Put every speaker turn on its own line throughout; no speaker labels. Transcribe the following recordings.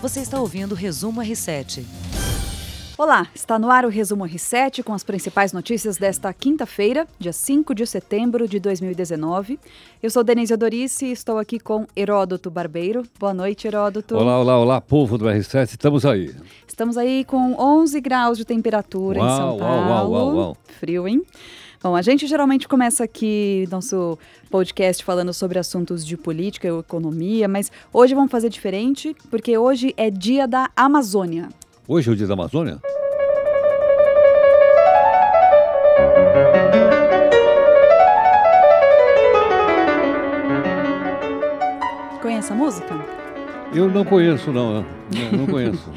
Você está ouvindo o Resumo R7.
Olá, está no ar o Resumo R7 com as principais notícias desta quinta-feira, dia 5 de setembro de 2019. Eu sou Denise Odorice e estou aqui com Heródoto Barbeiro. Boa noite, Heródoto.
Olá, olá, olá, povo do R7, estamos aí.
Estamos aí com 11 graus de temperatura em
Uau,
São
uau,
Paulo.
uau, uau, uau.
Frio, hein? Bom, a gente geralmente começa aqui nosso podcast falando sobre assuntos de política e economia, mas hoje vamos fazer diferente, porque hoje é dia da Amazônia.
Hoje é o dia da Amazônia?
Conhece a música?
Eu não conheço, não. né? Não, não conheço.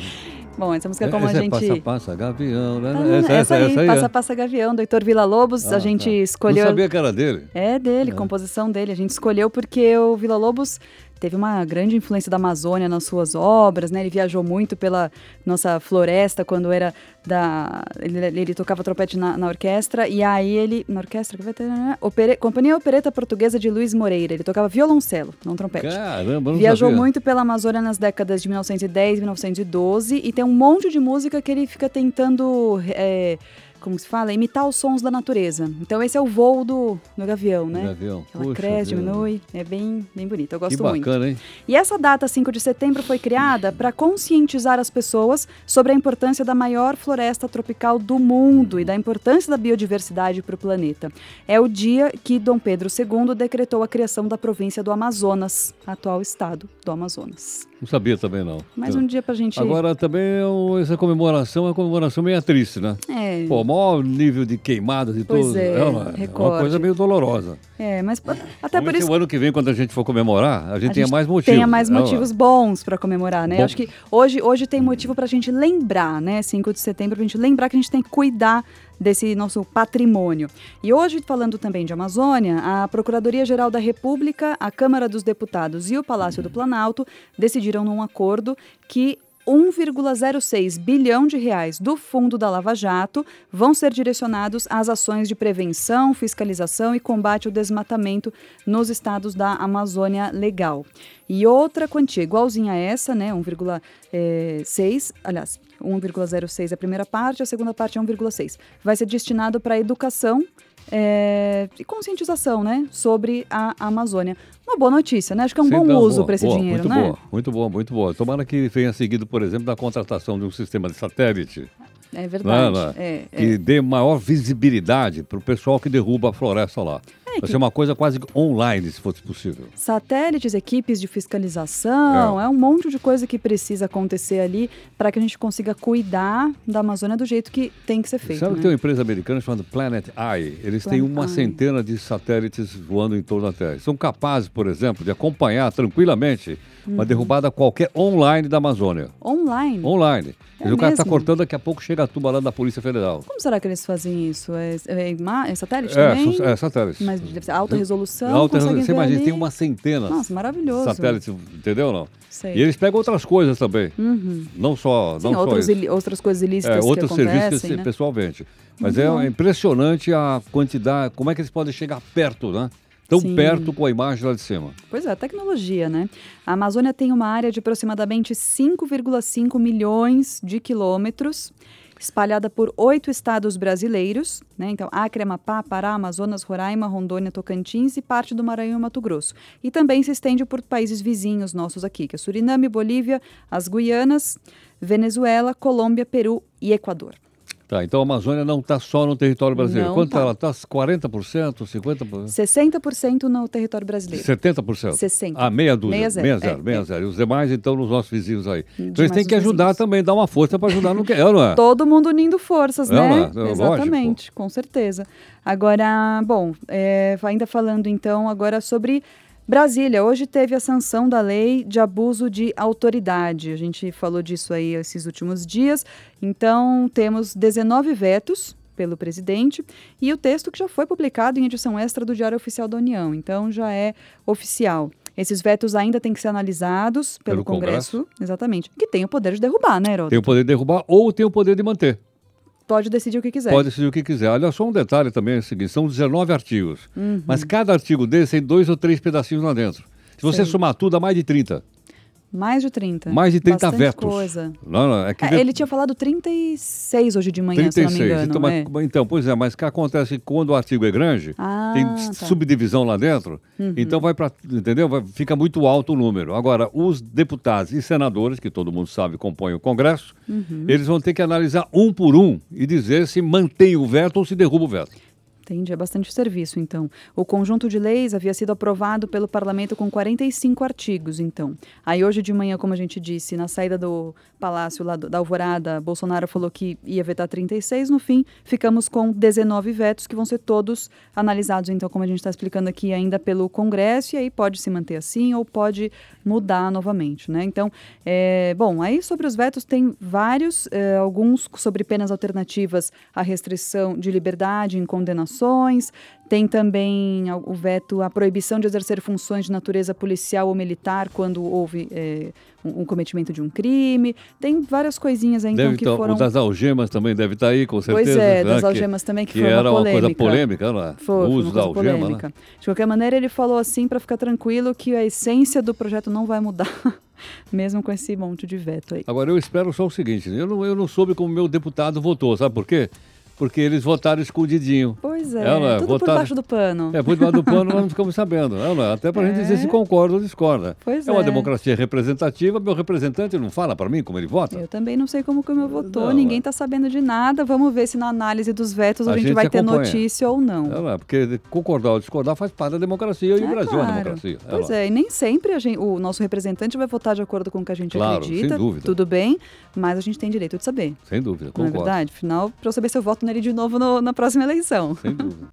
Bom, essa música é como
essa
a
é
gente...
Passa, passa, gavião. Né?
Ah,
essa, essa,
aí,
essa aí.
Passa
é.
Passa Gavião, do Heitor Villa-Lobos,
Ah,
a gente
tá.
escolheu...
Não sabia que era dele.
É dele, composição dele. A gente escolheu porque o Vila Lobos teve uma grande influência da Amazônia nas suas obras, né? Ele viajou muito pela nossa floresta quando era da. Ele, ele tocava trompete na, na orquestra, e aí ele. Na orquestra que vai ter. né? Opere- Companhia Opereta Portuguesa de Luiz Moreira. Ele tocava violoncelo, não trompete.
Caramba, eu não
Viajou
sabia.
muito pela Amazônia nas décadas de 1910, 1912 e tem um monte de música que ele fica tentando, é, como se fala, imitar os sons da natureza. Então esse é o voo do, do gavião, né?
Gavião,
Ela
puxa
cresce,
vida.
diminui, é bem, bem bonito, eu
Que
gosto muito.
bacana, hein?
E essa data, 5 de setembro, foi criada para conscientizar as pessoas sobre a importância da maior floresta tropical do mundo e da importância da biodiversidade para o planeta. É o dia que Dom Pedro II decretou a criação da província do Amazonas, atual estado do Amazonas.
Não sabia também, não.
Mais um dia para a gente...
Tá. Agora também é um- essa comemoração é uma comemoração meio triste, né?
É,
Pô, maior nível de queimadas e
Pois
tudo.
é,
uma, uma
recorde.
coisa meio dolorosa.
é, mas p- até por
Vamos um ver se
isso...
o ano que vem, quando a gente for comemorar, a gente
a
tenha
gente
mais motivos.
Tenha mais
né?
motivos bons para comemorar, né? Eu
Bom.
Acho que hoje, hoje tem motivo para a gente lembrar, né? 5 de setembro, para a gente lembrar que a gente tem que cuidar desse nosso patrimônio. E hoje, falando também de Amazônia, a Procuradoria-Geral da República, a Câmara dos Deputados e o Palácio do Planalto decidiram num acordo que 1,06 bilhão de reais do fundo da Lava Jato vão ser direcionados às ações de prevenção, fiscalização e combate ao desmatamento nos estados da Amazônia Legal. E outra quantia igualzinha a essa, né, 1,6, aliás, 1,06 é a primeira parte, a segunda parte é 1,6. Vai ser destinado para educação é, e conscientização, né, sobre a Amazônia. Uma boa notícia, né? Acho que é um
Sim,
bom
não,
uso
boa,
para esse
boa,
dinheiro,
muito
né?
Boa, muito boa, muito boa. Tomara que venha seguido, por exemplo, da contratação de um sistema de satélite,
É
não é,
verdade.
não é?
É, é.
que dê maior visibilidade para o pessoal que derruba a floresta lá. Vai
É, que-
ser uma coisa quase online, se fosse possível.
satélites, equipes de fiscalização, é. um monte de coisa que precisa acontecer ali para que a gente consiga cuidar da Amazônia do jeito que tem que ser feito.
Sabe
né?
que tem uma empresa americana chamada Planet Eye? Eles têm
Planet
uma
Eye.
centena de satélites voando em torno da Terra. São capazes, por exemplo, de acompanhar tranquilamente
Uhum.
uma derrubada qualquer online da Amazônia.
Online.
Online. Quer dizer, o cara está
É mesmo?
cortando, daqui a pouco chega a tuba lá da Polícia Federal.
Como será que eles fazem isso? É, é ima- é satélite
É,
também?
são- é, satélites.
Mas deve ser alta
Eu-
resolução.
Alta
conseguem
resolução. Você
ver
imagina,
ali.
tem uma centena
Nossa, maravilhoso.
de satélites, entendeu ou não?
Sei. Uhum.
E eles pegam outras coisas também. Não só.
Sim,
não só
outros
isso.
ili- outras coisas ilícitas
É,
que
outros serviços que
acontecem,
esse
né? Uhum.
pessoal vende. Mas é impressionante a quantidade, como é que eles podem chegar perto, né? Tão
Sim.
perto com a imagem lá de cima.
Pois é, tecnologia, né? A Amazônia tem uma área de aproximadamente 5,5 milhões de quilômetros, espalhada por oito estados brasileiros, né? Então, Acre, Amapá, Pará, Amazonas, Roraima, Rondônia, Tocantins e parte do Maranhão e Mato Grosso. E também se estende por países vizinhos nossos aqui, que é Suriname, Bolívia, as Guianas, Venezuela, Colômbia, Peru e Equador.
Tá, então a Amazônia não está só no território brasileiro.
Não
Quanto
tá.
ela está? 40%, 50%?
60% no território brasileiro.
70%?
60.
Ah, meia dúzia.
Meia
Meia
zero,
zero.
é,
meia
é. Hum,
zero. E os demais, então, nos nossos vizinhos aí. Então
Demais
eles têm
os
que ajudar
vizinhos.
também, dar uma força para ajudar no que é, não é?
Todo mundo unindo forças,
Não,
né?
não, é lógico.
Exatamente, com certeza. Agora, bom, é, ainda falando então agora sobre Brasília. Hoje teve a sanção da lei de abuso de autoridade. A gente falou disso aí esses últimos dias. Então, temos 19 vetos pelo presidente e o texto que já foi publicado em edição extra do Diário Oficial da União. Então, já é oficial. Esses vetos ainda têm que ser analisados pelo,
Pelo Congresso.
exatamente, que tem o poder de derrubar, né, Heródoto?
Tem o poder de derrubar ou tem o poder de manter.
Pode decidir o que quiser.
Pode decidir o que quiser. Olha só um detalhe também, é o seguinte, são 19 artigos.
Uhum.
Mas cada artigo desse tem dois ou três pedacinhos lá dentro. Se você
Sei.
somar tudo, dá mais de 30.
Mais de 30.
Mais de 30
Bastante
vetos.
coisa.
Não, não, é que
É, ele tinha falado 36 hoje de manhã, se não me engano.
então, mas-
é.
então, pois é, mas o que acontece é que quando o artigo é grande,
Ah,
tem
tá. Uhum.
subdivisão lá dentro, então vai para, entendeu? Vai- fica muito alto o número. Agora, os deputados e senadores, que todo mundo sabe compõem o Congresso,
Uhum.
eles vão ter que analisar um por um e dizer se mantém o veto ou se derruba o veto.
Entendi, é bastante serviço, então. O conjunto de leis havia sido aprovado pelo parlamento com 45 artigos, então. Aí hoje de manhã, como a gente disse, na saída do palácio lá do- da Alvorada, Bolsonaro falou que ia vetar 36, no fim ficamos com 19 vetos que vão ser todos analisados, então, como a gente está explicando aqui, ainda pelo Congresso, e aí pode se manter assim ou pode mudar novamente, né? Então, é, bom, aí sobre os vetos tem vários, é, alguns sobre penas alternativas à restrição de liberdade em condenações, tem também al- o veto à proibição de exercer funções de natureza policial ou militar quando houve é, um, um cometimento de um crime, tem várias coisinhas aí, então,
Deve
que
tá-
foram...
O das algemas também deve estar aí, com
Pois
certeza.
é,
né,
das
que-
algemas também, que,
Que
foi uma
era uma
polêmica.
coisa polêmica, né?
Foi,
o
foi
uso
uma
da
coisa
algema,
polêmica.
né?
De qualquer maneira, ele falou assim para ficar tranquilo que a essência do projeto não vai mudar, mesmo com esse monte de veto aí.
Agora, eu espero só o seguinte, eu não, eu não soube como meu deputado votou, sabe por quê? Porque eles votaram escondidinho.
Pois é,
Ela
tudo por
votaram-
baixo do pano. É.
É, por debaixo do pano nós não ficamos sabendo. Não, não, até para a gente dizer se concorda ou discorda.
Pois
uma
é.
democracia representativa, meu representante não fala para mim como ele vota.
Eu também não sei como que o meu votou,
Não,
ninguém
é.
está sabendo de nada. Vamos ver se na análise dos vetos a,
A
gente,
gente
vai ter
acompanha.
notícia ou não.
É, Não, não, porque concordar ou discordar faz parte da democracia e
É
o Brasil é
claro.
uma democracia.
Pois
Ela-
é, e nem sempre a gen- o nosso representante vai votar de acordo com o que a gente
Claro, sem
acredita.
dúvida.
Tudo bem, mas a gente tem direito de saber.
Sem dúvida,
Não é
concordo.
verdade? Afinal, para eu saber se eu voto nele de novo no- na próxima eleição.
Sem dúvida.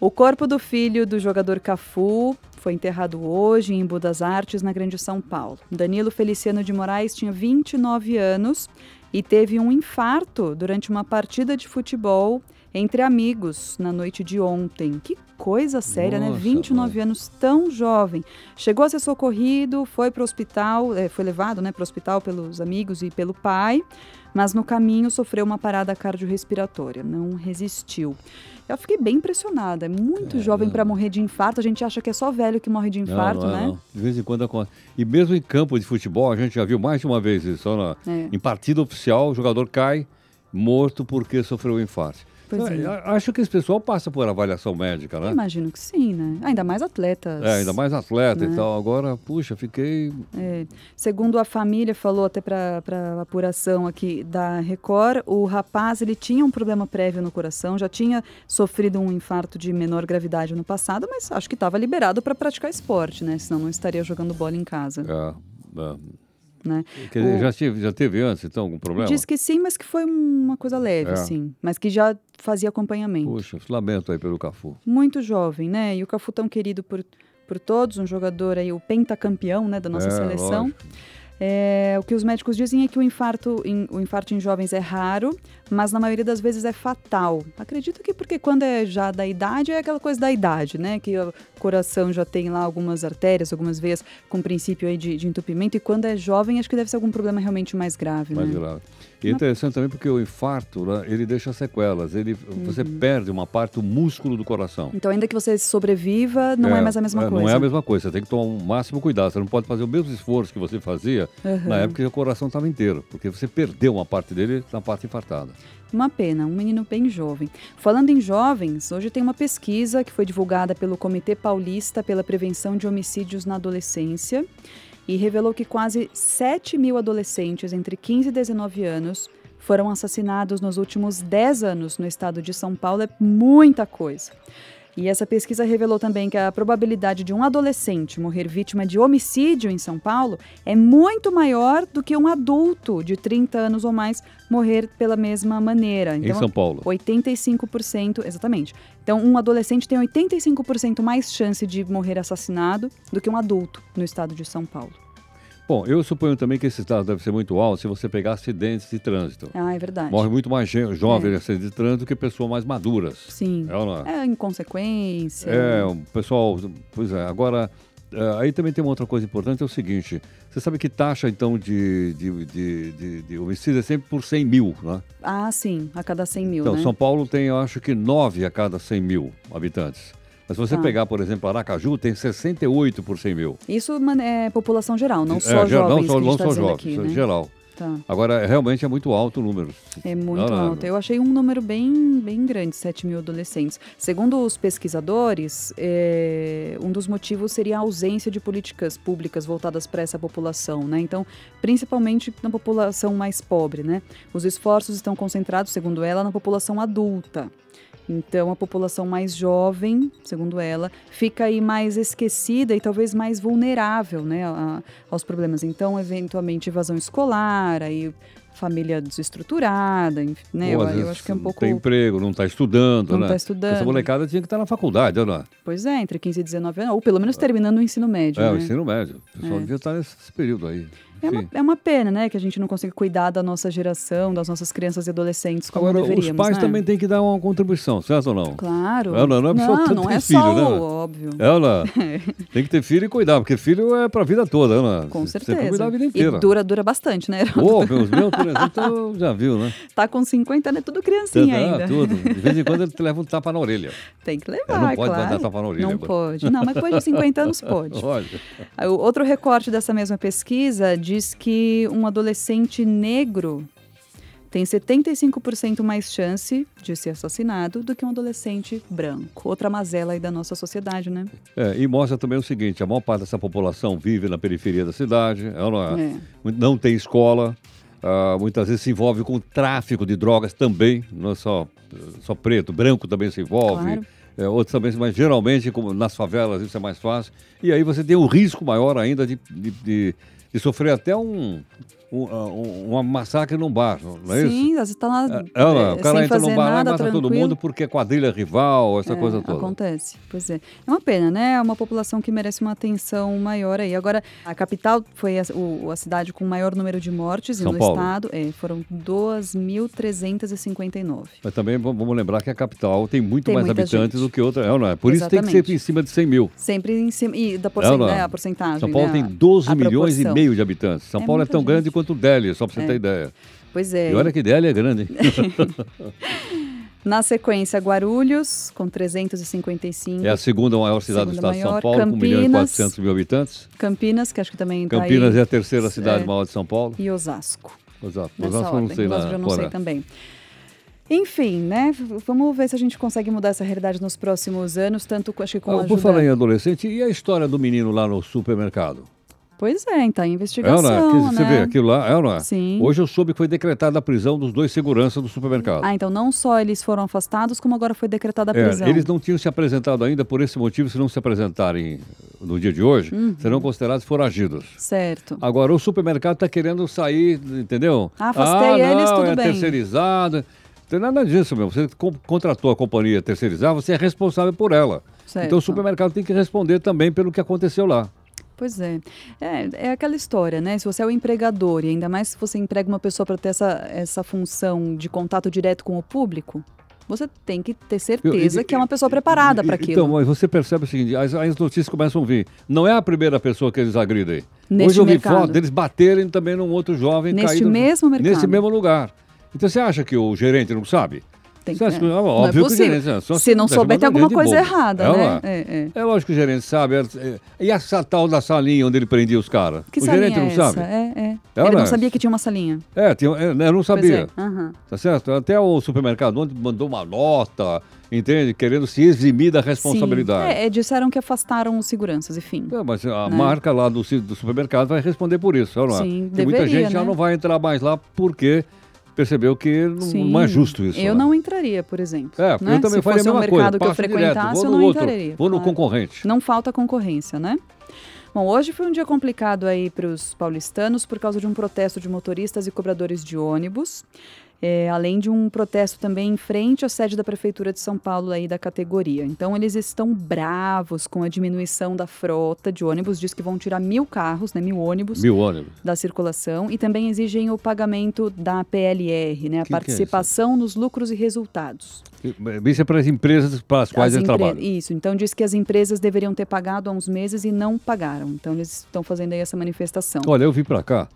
O corpo do filho do jogador Cafu foi enterrado hoje em Embu das Artes, na Grande São Paulo. Danilo Feliciano de Moraes tinha 29 anos e teve um infarto durante uma partida de futebol entre amigos na noite de ontem. Que coisa séria, né?
Nossa,
29 anos tão jovem. Chegou a ser socorrido, foi para o hospital, eh, foi levado né, para o hospital pelos amigos e pelo pai, mas no caminho sofreu uma parada cardiorrespiratória, não resistiu. Eu fiquei bem impressionada, é muito jovem para morrer de infarto, a gente acha que é só velho que morre de
Não,
infarto,
não é,
né?
não. De vez em quando acontece. E mesmo em campo de futebol, a gente já viu mais de uma vez isso. olha lá.
É.
Em partida oficial, o jogador cai morto porque sofreu um infarto.
Pois
Então,
é.
eu Acho que esse pessoal passa por avaliação médica, né?
Imagino que sim, né? Ainda mais atletas.
É, ainda mais atleta
Né?
e tal. Agora, puxa, fiquei.
É. Segundo a família, falou até para apuração aqui da Record, o rapaz ele tinha um problema prévio no coração, já tinha sofrido um infarto de menor gravidade no passado, mas acho que estava liberado para praticar esporte, né? Senão não estaria jogando bola em casa,
ah, ah,
né?
quer dizer,
O-
já, tive, já teve antes, então, algum problema?
Diz que sim, mas que foi um, uma coisa leve,
É.
assim, mas que já fazia acompanhamento.
Puxa, lamento aí pelo Cafu.
muito jovem, né? E o Cafu tão querido por, por todos, um jogador aí, o pentacampeão né, da nossa
É,
seleção.
lógico.
É, o que os médicos dizem é que o infarto, em, o infarto em jovens é raro, mas na maioria das vezes é fatal. Acredito que porque quando é já da idade, é aquela coisa da idade, né? Que o coração já tem lá algumas artérias, algumas veias com princípio aí de, de entupimento, e quando é jovem, acho que deve ser algum problema realmente mais grave,
Mais
né?
grave. E interessante também porque o infarto, né, ele deixa sequelas. Ele, Você
Uhum.
perde uma parte do músculo do coração.
Então, ainda que você sobreviva, não é, mais a mesma
é,
coisa.
Não é a mesma coisa. Você tem que tomar o máximo cuidado. Você não pode fazer o mesmo esforço que você fazia
Aham.
na época que o coração estava inteiro. Porque você perdeu uma parte dele na parte infartada.
Uma pena, um menino bem jovem. Falando em jovens, hoje tem uma pesquisa que foi divulgada pelo Comitê Paulista pela Prevenção de Homicídios na Adolescência e revelou que quase 7 mil adolescentes entre 15 e 19 anos foram assassinados nos últimos 10 anos no estado de São Paulo. É muita coisa. E essa pesquisa revelou também que a probabilidade de um adolescente morrer vítima de homicídio em São Paulo é muito maior do que um adulto de 30 anos ou mais morrer pela mesma maneira. Então,
em São Paulo.
85%, exatamente. Então, um adolescente tem 85% mais chance de morrer assassinado do que um adulto no estado de São Paulo.
Bom, eu suponho também que esse estado deve ser muito alto se você pegar acidentes de trânsito.
Ah, é verdade.
Morre muito mais jo- jovem em acidente de trânsito que pessoas mais maduras.
É. Sim.
É, ou não é?
É inconsequência.
É, o pessoal, pois é, agora, é, aí também tem uma outra coisa importante, é o seguinte, você sabe que taxa, então, de, de, de, de- de homicídio é sempre por 100 mil, né?
Ah, sim, a cada 100 mil,
Então,
né?
São Paulo tem, eu acho que 9 a cada 100 mil habitantes. Mas se você
Tá.
pegar, por exemplo, Aracaju, tem 68 por 100 mil.
Isso mano, é população geral, não
É,
só
já-
jovens
só-
que a gente
não
tá
só
dizendo
jovens, é
aqui,
só
né?
geral.
Tá.
Agora, realmente é muito alto o número.
É muito
Não, não,
alto. Eu achei um número bem, bem grande, 7 mil adolescentes. Segundo os pesquisadores, é, um dos motivos seria a ausência de políticas públicas voltadas para essa população, né? Então, principalmente na população mais pobre, né? Os esforços estão concentrados, segundo ela, na população adulta. Então, a população mais jovem, segundo ela, fica aí mais esquecida e talvez mais vulnerável né, a- aos problemas. Então, eventualmente, evasão escolar, aí família desestruturada, enfim, né? Eu,
Ou, às
eu
vezes,
acho que é um pouco...
Não tem emprego, não está estudando,
Não
né?
está estudando.
Essa molecada tinha que estar na faculdade, né?
Pois é, entre 15 e 19 anos, ou pelo menos terminando o ensino médio,
É, o
né?
ensino médio. O pessoal devia estar nesse período aí.
É, uma,
Enfim.
é uma pena, né, que a gente não consiga cuidar da nossa geração, das nossas crianças e adolescentes como
Agora, os
deveríamos,
pais
né?
também têm que dar uma contribuição, certo ou não?
Claro.
Não, não, não é só
não,
tanto
não
ter
é
filho,
só
né?
o óbvio.
Ela tem que ter filho e cuidar, porque filho é pra vida toda, né?
Com
Você tem que
certeza.
cuidar a vida
E
inteira.
dura, dura bastante, né? Heródoto?
Pô, meus meus, por exemplo, já viu, né?
Tá com 50, né? Tudo criancinha
Ah,
ainda.
Tudo. De vez em quando ele te leva um tapa na orelha.
Tem que
É,
levar,
não pode
claro.
mandar tapa na orelha.
Não
agora.
pode. Não, mas depois de 50 anos pode.
Olha.
O Outro recorte dessa mesma pesquisa diz que um adolescente negro tem 75% mais chance de ser assassinado do que um adolescente branco. Outra mazela aí da nossa sociedade, né?
É, e mostra também o seguinte: a maior parte dessa população vive na periferia da cidade, ela
É.
não tem escola, ah, muitas vezes se envolve com o tráfico de drogas também, não é só, só preto, branco também se envolve.
Claro.
é, outros também, mas geralmente, como nas favelas, isso é mais fácil. E aí você tem um risco maior ainda de, de, de- de sofrer até um, um, ah, um- uma massacre num bar, não é isso?
Sim, às vezes tá lá
É, olha,
eh,
o cara
sem
entra
fazer
num bar lá e
nada,
mata todo
tranquilo.
mundo porque é quadrilha rival, essa
É,
coisa toda.
Acontece, pois é. É uma pena, né? É uma população que merece uma atenção maior aí. Agora, a capital foi a, o- a cidade com o maior número de mortes
São
e no
Paulo.
estado é, foram 2.359.
Mas também v- vamos lembrar que a capital tem muito
Tem
mais
muita
habitantes
gente.
do que outra. É, não é? Por isso tem que ser
Exatamente.
em cima de 100 mil.
Sempre em cima. E da porcent...
Ela-
né, a porcentagem.
São Paulo
né,
tem
a-
12
a
milhões e
proporção.
meio de habitantes. São
É
Paulo é
muita
tão
gente.
grande quanto Delhi, só para você ter ideia.
Pois é.
E olha que Delhi é grande. hein?
Na sequência, Guarulhos, com 355.
É a segunda maior cidade do
Segunda
estado de São
maior.
Paulo, com 1 milhão e
Campinas.
400 mil habitantes.
Campinas, que acho que também está aí.
Campinas é a terceira cidade
é.
maior de São Paulo.
E Osasco.
Osasco,
nessa
Osasco eu
ordem.
não sei
Nós
lá. é.
já não
fora.
sei também. Enfim, né? v- Vamos ver se a gente consegue mudar essa realidade nos próximos anos, tanto com, acho que com a
Ah, Por
ajuda...
falar em adolescente, e a história do menino lá no supermercado?
Pois é, então, a
É, ou
investigação,
não é? Que Você
né?
vê aquilo lá, é, ou não é?
Sim.
Hoje eu soube que foi decretada a prisão dos dois seguranças do supermercado.
Ah, então não só eles foram afastados, como agora foi decretada a
É,
prisão.
eles não tinham se apresentado ainda, por esse motivo, se não se apresentarem no dia de hoje,
Uhum.
serão considerados foragidos.
Certo.
Agora, o supermercado está querendo sair, entendeu?
Ah, afastei
ah, não,
eles, tudo
é
bem.
terceirizado. Não tem nada disso, meu. Você co- contratou a companhia terceirizada, você é responsável por ela.
Certo.
Então, o supermercado tem que responder também pelo que aconteceu lá.
Pois é. é. É aquela história, né? Se você é o empregador, e ainda mais se você emprega uma pessoa para ter essa, essa função de contato direto com o público, você tem que ter certeza
Eu-
que é uma pessoa preparada
E-
para aquilo.
Então, mas você percebe o seguinte, as, as notícias começam a vir. Não é a primeira pessoa que eles agridem.
Neste
Hoje eu vi
mercado.
foto deles baterem também num outro jovem
Neste
caído.
mesmo mercado.
Nesse mesmo lugar. Então você acha que o gerente não sabe?
Tem
Você acha que-
é.
ó,
Não é
óbvio que o
possível.
gerente, né? Só
Se não
tá
souber,
chamando
tem alguma
alguém de
coisa
bobo.
errada,
É,
né?
ué.
É, é.
É lógico que o gerente sabe. é- é- E essa tal da salinha onde ele prendia os caras?
Que
o
salinha
gerente
é
não
essa?
sabe?
É, é.
Ela
Ele não
é.
sabia que tinha uma salinha.
É, tinha- é, né, eu não
Pois é.
sabia.
Aham.
Tá certo? Até o supermercado onde mandou uma nota, entende? Querendo se eximir da
Sim.
responsabilidade.
É, é, disseram que afastaram os seguranças, enfim.
É, mas a
Né?
marca lá do, ci- do supermercado vai responder por isso, não é?
Sim,
Tem muita
deveria,
gente já
né?
não vai entrar mais lá porque percebeu que não,
Sim.
não é justo isso.
Eu
né?
não entraria, por exemplo.
É,
né?
eu também
Se
faria
fosse
a
um
mesma
mercado
coisa.
que eu
passo direto,
frequentasse,
vou
eu
no
não
outro,
entraria. né?
Vou no
claro.
concorrente.
Não falta concorrência, né? Bom, hoje foi um dia complicado aí para os paulistanos por causa de um protesto de motoristas e cobradores de ônibus. É, além de um protesto também em frente à sede da Prefeitura de São Paulo aí da categoria. Então eles estão bravos com a diminuição da frota de ônibus, diz que vão tirar mil carros, né, mil ônibus
Mil ônibus.
da circulação e também exigem o pagamento da PLR, né, a
Que que é isso?
participação nos lucros e resultados.
E- Isso é para as empresas para as quais
As
eles
empre-
trabalham.
Isso, então diz que as empresas deveriam ter pagado há uns meses e não pagaram. Então eles estão fazendo aí essa manifestação.
Olha, eu vim para cá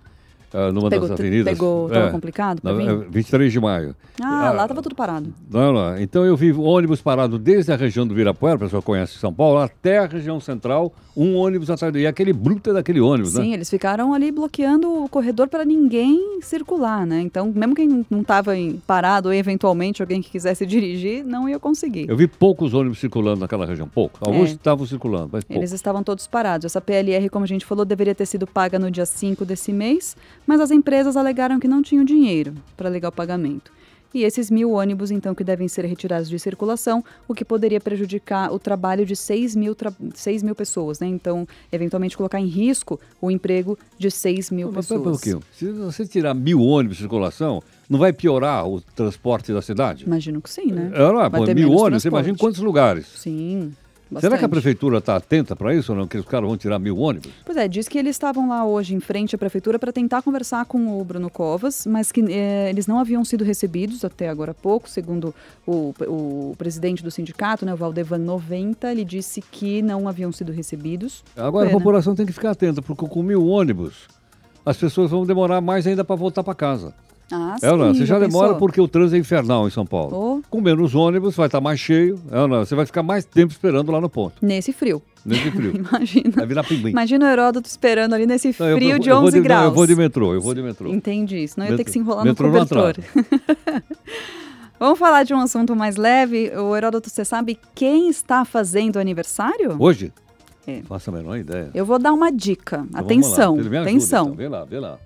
ah, numa
Pegou,
das
te-
avenidas. É.
pegou- tava complicado pra
na-
vir?
eh, 23 de maio.
Ah, lá estava tudo parado.
Não, não. Então eu vi ônibus parado desde a região do Virapuera, a pessoa conhece São Paulo, até a região central, um ônibus atrás do E aquele bruto daquele ônibus, né?
Sim, eles ficaram ali bloqueando o corredor para ninguém circular, né? Então, mesmo quem não estava parado, ou eventualmente alguém que quisesse dirigir, não ia conseguir.
Eu vi poucos ônibus circulando naquela região, pouco. Alguns
É.
estavam circulando, mas pouco.
Eles estavam todos parados. Essa PLR, como a gente falou, deveria ter sido paga no dia 5 desse mês, mas as empresas alegaram que não tinham dinheiro para alegar o pagamento. E esses mil ônibus, então, que devem ser retirados de circulação, o que poderia prejudicar o trabalho de 6 mil, tra- 6 mil pessoas, né? Então, eventualmente colocar em risco o emprego de 6 mil
Mas pera-
pessoas.
pera um pouquinho. Se você tirar mil ônibus de circulação, não vai piorar o transporte da cidade?
Imagino que sim, né?
Ah, lá,
Vai
pô,
ter
mil
menos
ônibus, você
transporte.
imagina quantos lugares.
Sim.
Será que a
bastante.
prefeitura está atenta para isso ou não? Que os caras vão tirar mil ônibus?
Pois é, diz que eles estavam lá hoje em frente à prefeitura para tentar conversar com o Bruno Covas, mas que eh, eles não haviam sido recebidos até agora há pouco, segundo o, o presidente do sindicato, né, o Valdevan 90, ele disse que não haviam sido recebidos.
Agora a
Pena.
população tem que ficar atenta, porque com mil ônibus as pessoas vão demorar mais ainda para voltar para casa.
Ah,
É ou não?
sim,
Você já, demora
pensou?
porque o trânsito é infernal em São Paulo.
Oh.
Com menos ônibus vai estar mais cheio. É ou não? Você vai ficar mais tempo esperando lá no ponto,
Nesse frio,
nesse frio. Vai
imagina.
virar pinguim.
Imagina o Heródoto esperando ali nesse
É Não, eu-
frio
eu-
de
eu vou
11
não,
graus.
eu vou de metrô, eu vou de metrô.
Entendi, senão ia ter
Metrô-
que se enrolar
metrô
no
não
cobertor. Vamos falar de um assunto mais leve. O Heródoto, você sabe quem está fazendo aniversário?
Hoje?
É.
Não Faço a menor ideia.
Eu vou dar uma dica.
Então vamos lá.
atenção,
Ele me ajuda,
atenção.
então. Vê lá, vê lá.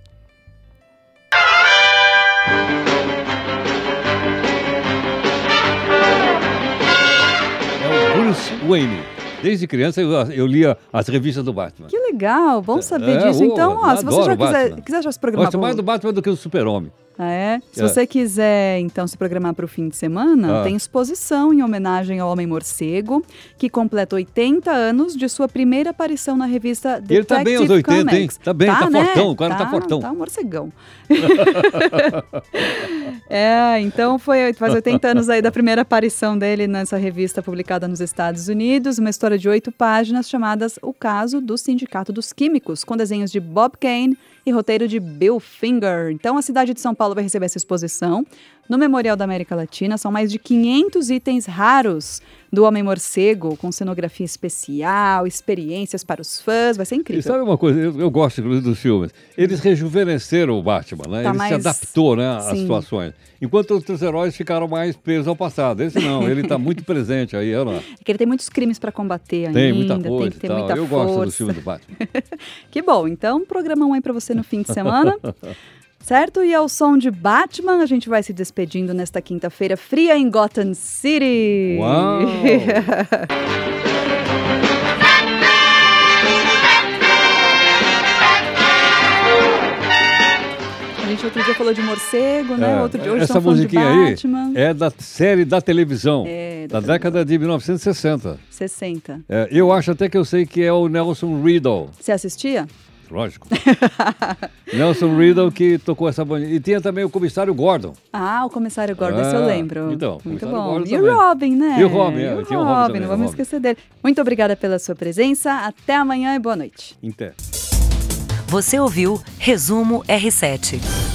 É o Bruce Wayne. Desde criança eu, eu lia as revistas do Batman.
Que legal, bom saber
É,
disso.
ô,
então, ó,
eu
se você
adoro
já
o
quiser,
Batman.
quiser já se programar
Gosto
pro...
mais do Batman do que do Super-Homem.
Ah, é? Se
É.
você quiser, então, se programar para o fim de semana,
Ah.
tem exposição em homenagem ao Homem Morcego, que completa 80 anos de sua primeira aparição na revista
E ele tá bem aos
Detective
80, hein?
Comics.
Tá bem, tá
né?
fortão, o cara tá fortão.
Tá um morcegão. É, então foi faz 80 anos aí da primeira aparição dele nessa revista publicada nos Estados Unidos, uma história de oito páginas chamadas O Caso do Sindicato dos Químicos, com desenhos de Bob Kane e roteiro de Bill Finger. Então a cidade de São Paulo vai receber essa exposição no Memorial da América Latina. São mais de 500 itens raros do Homem Morcego, com cenografia especial, experiências para os fãs, vai ser
E
incrível.
sabe uma coisa? Eu, eu gosto, inclusive, dos filmes. Eles rejuvenesceram o Batman, né?
Tá
ele
mais-
se adaptou né, às
Sim.
situações. Enquanto outros heróis ficaram mais presos ao passado. Esse não, ele está muito presente aí. Olha lá.
É que ele tem muitos crimes para combater
Tem
ainda,
muita
tem
coisa
que
e
ter
tal.
muita
eu
força.
gosto dos filmes do Batman.
Que bom, então programão aí pra você no fim de semana. Certo? E ao som de Batman, a gente vai se despedindo nesta quinta-feira fria em Gotham City.
Uau!
É. A gente outro dia falou de morcego, né?
É,
outro dia hoje
essa
estão falando de
musiquinha aí
Batman.
é da série da televisão,
É, da
da, década de 1960.
60.
É, eu acho até que eu sei que é o Nelson Riddle,
Você assistia?
lógico. Nelson Riddle que tocou essa bandinha. E tinha também o comissário Gordon.
Ah, o comissário Gordon, esse eu
Ah,
lembro.
então, o
muito
comissário
bom.
Gordon
e
também.
o Robin, né?
E o Robin,
E
é,
o
tinha o Robin
Robin,
também,
não
o
vamos
Robin.
esquecer dele. Muito obrigada pela sua presença. Até amanhã e boa noite.
Inter.
Você ouviu Resumo R7.